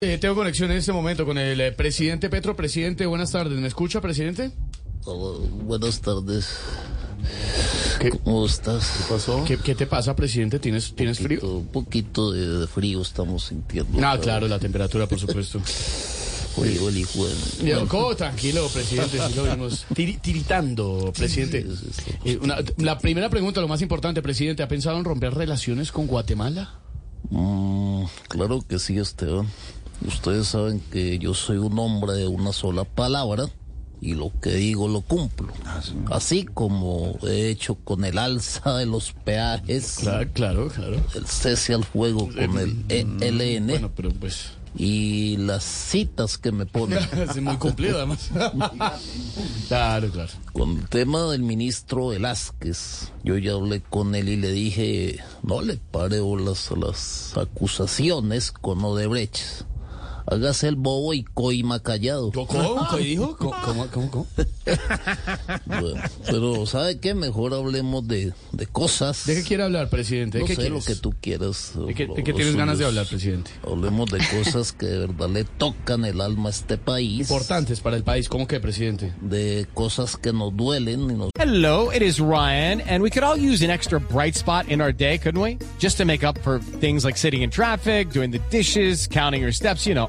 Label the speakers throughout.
Speaker 1: Eh, tengo conexión en este momento con el eh, presidente Petro. Presidente, buenas tardes. ¿Me escucha, presidente?
Speaker 2: Bu- Oh, Buenas tardes.
Speaker 1: ¿Qué-
Speaker 2: ¿Cómo estás? ¿Qué pasó?
Speaker 1: ¿Qué, qué te pasa, presidente? ¿Tienes, ¿tienes frío?
Speaker 2: Un poquito de, de frío estamos sintiendo.
Speaker 1: Ah, claro, la temperatura, por supuesto.
Speaker 2: Frío el hijo de-
Speaker 1: Ya, ¿cómo? Tranquilo, presidente, sí lo vimos. Tiri- tiritando, presidente.
Speaker 2: Sí, sí, sí.
Speaker 1: Eh, una- la primera pregunta, lo más importante, presidente. ¿Ha pensado en romper relaciones con Guatemala?
Speaker 2: Mm, claro que sí, Esteban. Ustedes saben que yo soy un hombre de una sola palabra y lo que digo lo cumplo.
Speaker 1: Ah,
Speaker 2: Así como he hecho con el alza de los peajes,
Speaker 1: Claro, claro, claro.
Speaker 2: el cese al fuego con el ELN
Speaker 1: Bueno, pero pues...
Speaker 2: y las citas que me ponen.
Speaker 1: Es muy cumplido, además. claro, claro.
Speaker 2: Con el tema del ministro Velázquez, yo ya hablé con él y le dije, no le pare bolas a las acusaciones con Odebrecht. Hágase el bobo y coima callado.
Speaker 1: ¿Cómo? ¿Qué dijo? ¿Cómo? ¿Cómo? cómo, cómo?
Speaker 2: Bueno, pero ¿sabe qué? Mejor hablemos de, de cosas.
Speaker 1: ¿De qué quiere hablar, presidente? ¿De
Speaker 2: no
Speaker 1: qué
Speaker 2: sé lo
Speaker 1: quieres?
Speaker 2: que tú quieras.
Speaker 1: ¿De qué,
Speaker 2: lo-
Speaker 1: de qué
Speaker 2: lo
Speaker 1: tienes
Speaker 2: suyo
Speaker 1: ganas de
Speaker 2: es-
Speaker 1: hablar, presidente?
Speaker 2: Hablemos de cosas que de verdad le tocan el alma a este país.
Speaker 1: Importantes para el país. ¿Cómo que, presidente?
Speaker 2: De cosas que nos duelen y nos
Speaker 3: Hello, it is Ryan, and we could all use an extra bright spot in our day, couldn't we? Just to make up for things like sitting in traffic, doing the dishes, counting your steps, you know,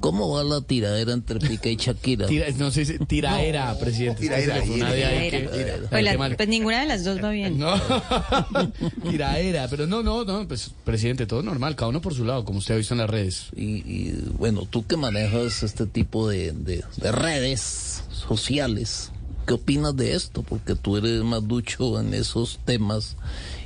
Speaker 2: ¿Cómo va la tiradera entre Piqué y Shakira?
Speaker 1: Tira, no sé si tiraera, presidente. Tiraera. Pues
Speaker 4: Pues, la- pues ninguna de las dos va bien.
Speaker 1: No, tiraera, pero no, no, no, pues presidente, todo normal, cada uno por su lado, como usted ha visto en las redes.
Speaker 2: Y, y, bueno, tú que manejas este tipo de, de- de redes sociales, ¿qué opinas de esto? Porque tú eres más ducho en esos temas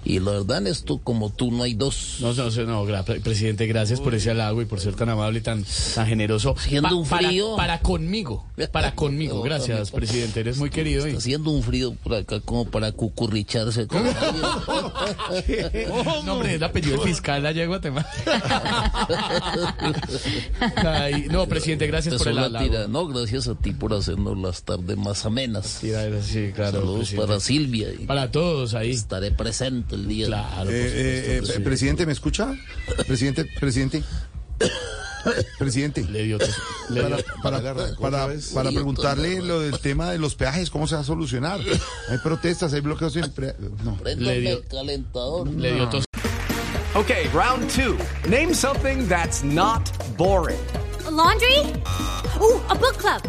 Speaker 2: y la verdad en esto como tú no hay dos.
Speaker 1: No, no, no, no gra- pre- presidente, gracias por ese halago y por ser tan amable y tan, tan generoso.
Speaker 2: Siendo un
Speaker 1: para-
Speaker 2: frío.
Speaker 1: Para, conmigo, para conmigo,
Speaker 2: No,
Speaker 1: gracias,
Speaker 2: también.
Speaker 1: presidente, eres muy querido. ¿eh? y-
Speaker 2: Está haciendo un frío por acá como para cucurricharse.
Speaker 1: No, hombre, el apellido del fiscal allá de Guatemala. Ay, no, presidente, gracias por el
Speaker 2: Empezó la
Speaker 1: halago.
Speaker 2: tira- No, gracias a ti por hacernos las tardes más amenas.
Speaker 1: Tiraera, sí, claro.
Speaker 2: Saludos
Speaker 1: presidente.
Speaker 2: para Silvia y
Speaker 1: Para todos ahí.
Speaker 2: estaré presente el día.
Speaker 1: Claro.
Speaker 5: Eh, eh,
Speaker 1: pues
Speaker 5: eh, pre- presidente, ¿me escucha? Presidente, presidente. Presidente,
Speaker 1: Le dio otro- le dio-
Speaker 5: para, para- para- para preguntarle lo del tema de los peajes, ¿cómo se va a solucionar? Hay protestas, hay bloqueos. en pre- No.
Speaker 2: Préndame
Speaker 1: Le dio-
Speaker 2: el calentador.
Speaker 1: le dio tos-
Speaker 6: Okay, round two. Name something that's not boring.
Speaker 7: laundry? Ooh, a book club.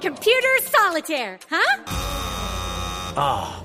Speaker 7: Computer solitaire, huh?